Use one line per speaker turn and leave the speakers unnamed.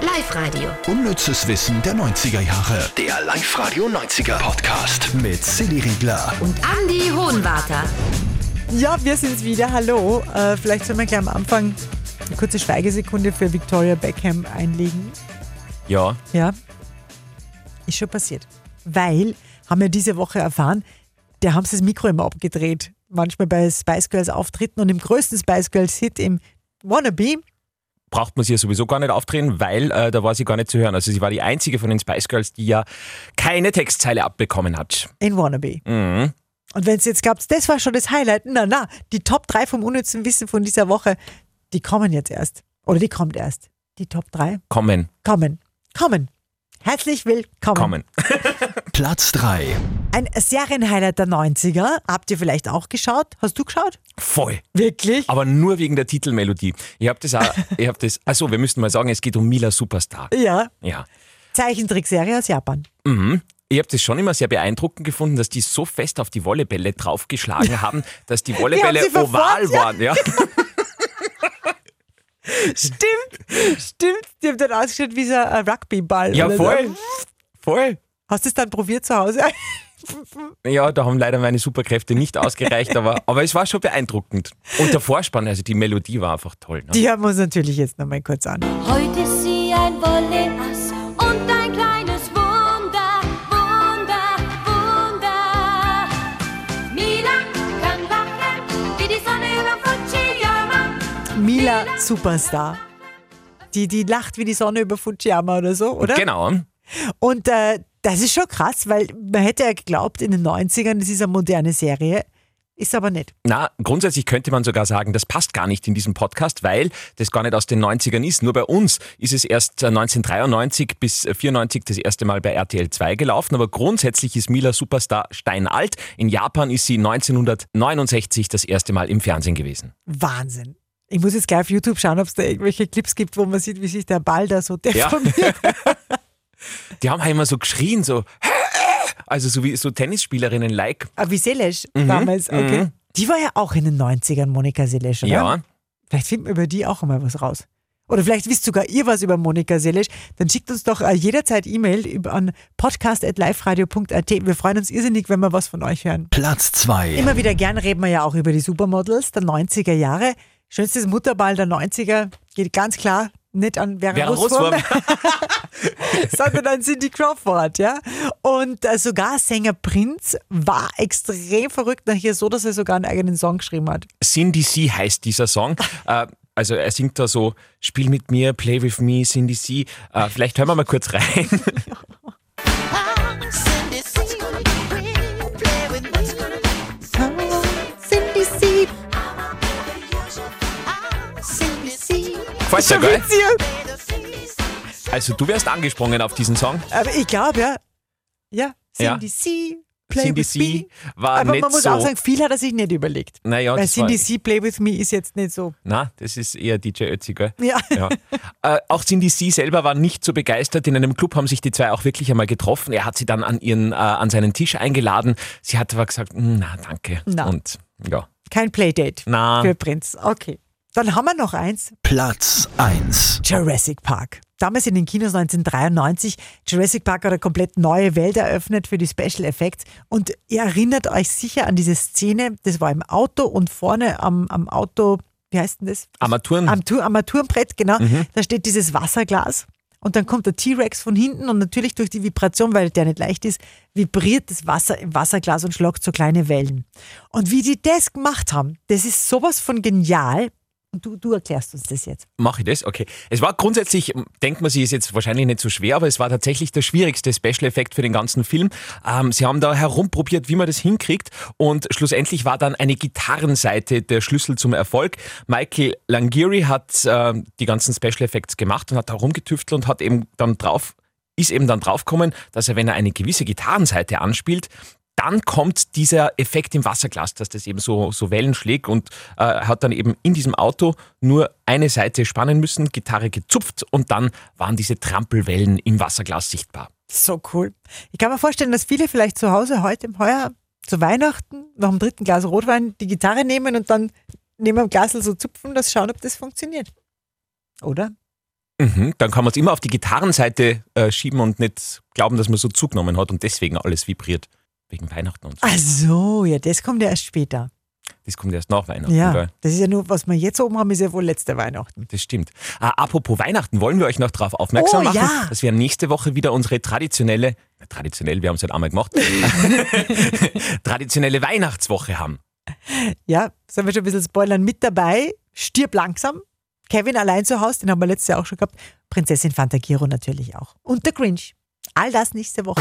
Live-Radio.
Unnützes Wissen der 90er Jahre.
Der Live-Radio 90er Podcast.
Mit Silly Riegler.
Und Andy Hohenwarter.
Ja, wir sind's wieder. Hallo. Äh, vielleicht sollen wir gleich am Anfang eine kurze Schweigesekunde für Victoria Beckham einlegen.
Ja,
Ja. Ist schon passiert. Weil, haben wir diese Woche erfahren, da haben sie das Mikro immer abgedreht. Manchmal bei Spice Girls Auftritten und im größten Spice Girls Hit im Wannabe.
braucht man sie ja sowieso gar nicht aufdrehen, weil äh, da war sie gar nicht zu hören. Also sie war die einzige von den Spice Girls, die ja keine Textzeile abbekommen hat.
In Wannabe.
Mhm.
Und wenn es jetzt gab, das war schon das Highlight. Na, na, die Top 3 vom unnützen Wissen von dieser Woche, die kommen jetzt erst. Oder die kommt erst. Die Top 3
Kommen,
kommen. Kommen. Herzlich willkommen.
kommen.
Platz 3.
Ein Serienhighlight der 90er. Habt ihr vielleicht auch geschaut? Hast du geschaut?
Voll.
Wirklich?
Aber nur wegen der Titelmelodie. Ich habe das auch, ich habe das, achso, wir müssten mal sagen, es geht um Mila Superstar.
Ja.
Ja.
Zeichentrickserie aus Japan.
Mhm. Ich habe das schon immer sehr beeindruckend gefunden, dass die so fest auf die Volleybälle draufgeschlagen haben, dass die Volleybälle
sie verfolgt,
oval
ja.
waren. Ja.
Stimmt, stimmt. Die haben dann ausgeschaut wie so ein Rugbyball.
ja,
oder
voll.
So.
Voll.
Hast du es dann probiert zu Hause?
Ja, da haben leider meine Superkräfte nicht ausgereicht, aber, aber es war schon beeindruckend. Und der Vorspann, also die Melodie war einfach toll. Ne?
Die hören wir uns natürlich jetzt nochmal kurz an.
Heute ist sie ein Wolleass und ein kleines Wunder, Wunder, Wunder. Mila kann lachen, wie die Sonne über Fujiyama.
Mila Superstar. Die, die lacht wie die Sonne über Fujiyama oder so, oder?
Genau.
Und äh, das ist schon krass, weil man hätte ja geglaubt, in den 90ern, das ist eine moderne Serie. Ist aber nicht.
Na, grundsätzlich könnte man sogar sagen, das passt gar nicht in diesem Podcast, weil das gar nicht aus den 90ern ist. Nur bei uns ist es erst äh, 1993 bis äh, 94 das erste Mal bei RTL 2 gelaufen, aber grundsätzlich ist Mila Superstar steinalt. In Japan ist sie 1969 das erste Mal im Fernsehen gewesen.
Wahnsinn. Ich muss jetzt gleich auf YouTube schauen, ob es da irgendwelche Clips gibt, wo man sieht, wie sich der Ball da so deformiert.
Die haben halt immer so geschrien, so, also so wie so Tennisspielerinnen like.
Ah, wie Selesch damals, okay. Die war ja auch in den 90ern, Monika Selesch, oder?
Ja.
Vielleicht finden wir über die auch mal was raus. Oder vielleicht wisst sogar ihr was über Monika Selesch. Dann schickt uns doch äh, jederzeit E-Mail über- an podcast.liferadio.at. Wir freuen uns irrsinnig, wenn wir was von euch hören.
Platz 2.
Immer wieder gern reden wir ja auch über die Supermodels der 90er Jahre. Schönstes Mutterball der 90er geht ganz klar nicht an Vera,
Vera
Roswurm,
Roswurm.
sondern an Cindy Crawford, ja. Und äh, sogar Sänger Prinz war extrem verrückt nach ihr, so dass er sogar einen eigenen Song geschrieben hat.
Cindy C heißt dieser Song. äh, also er singt da so, spiel mit mir, play with me, Cindy C. Äh, vielleicht hören wir mal kurz rein.
Cindy C.
Falls
So
ja geil.
witzig.
Also du wärst angesprungen auf diesen Song.
Aber äh, ich glaube, ja. Ja,
Ja.
Cindy C. Play
Cindy
with
C
Me.
war
Aber
nicht
man muss
so.
auch sagen, viel hat er sich nicht überlegt.
naja,
Weil
das war,
Cindy C. Play With Me ist jetzt nicht so.
na, das ist eher DJ Ötzi, gell?
Ja.
Ja. Äh, auch Cindy C selber war nicht so begeistert. In einem Club haben sich die zwei auch wirklich einmal getroffen. Er hat sie dann an, ihren, äh, an seinen Tisch eingeladen. Sie hat aber gesagt, "Mm, na danke.
Na.
Und ja,
Kein Playdate
na.
für Prinz. Okay. Dann haben wir noch eins.
Platz 1.
Jurassic Park. Damals in den Kinos 1993. Jurassic Park hat eine komplett neue Welt eröffnet für die Special Effects. Und ihr erinnert euch sicher an diese Szene. Das war im Auto und vorne am, am Auto, wie heißt denn das?
Armaturen.
Am Tu- Armaturenbrett, genau. Da steht dieses Wasserglas. Und dann kommt der T-Rex von hinten und natürlich durch die Vibration, weil der nicht leicht ist, vibriert das Wasser im Wasserglas und schlagt so kleine Wellen. Und wie die das gemacht haben, das ist sowas von genial. Und du, du erklärst uns das jetzt.
Mache ich das? Okay. Es war grundsätzlich, denkt man sich, ist jetzt wahrscheinlich nicht so schwer, aber es war tatsächlich der schwierigste Special-Effekt für den ganzen Film. Ähm, sie haben da herumprobiert, wie man das hinkriegt und schlussendlich war dann eine Gitarrenseite der Schlüssel zum Erfolg. Michael Langiri hat äh, die ganzen Special-Effects gemacht und hat da rumgetüftelt und hat eben dann drauf, ist eben dann draufgekommen, dass er, wenn er eine gewisse Gitarrenseite anspielt, dann kommt dieser Effekt im Wasserglas, dass das eben so, so Wellen schlägt und äh, hat dann eben in diesem Auto nur eine Seite spannen müssen, Gitarre gezupft und dann waren diese Trampelwellen im Wasserglas sichtbar.
So cool. Ich kann mir vorstellen, dass viele vielleicht zu Hause heute im Heuer zu Weihnachten nach dem dritten Glas Rotwein die Gitarre nehmen und dann neben dem Glas so zupfen, das schauen, ob das funktioniert. Oder?
Mhm, dann kann man es immer auf die Gitarrenseite äh, schieben und nicht glauben, dass man so zugenommen hat und deswegen alles vibriert. Wegen Weihnachten und so.
Ach so, ja, das kommt ja erst später.
Das kommt erst nach Weihnachten.
Ja,
Gell?
das ist ja nur, was wir jetzt oben haben, ist ja wohl letzte Weihnachten.
Das stimmt. Ah, apropos Weihnachten, wollen wir euch noch darauf aufmerksam
Oh,
machen,
ja.
dass wir nächste Woche wieder unsere traditionelle, na, traditionell, wir haben es halt einmal gemacht, traditionelle Weihnachtswoche haben.
Ja, sind wir schon ein bisschen spoilern mit dabei. Stirb langsam. Kevin allein zu Hause, den haben wir letztes Jahr auch schon gehabt. Prinzessin Fantagiro natürlich auch. Und der Grinch. All das nächste Woche.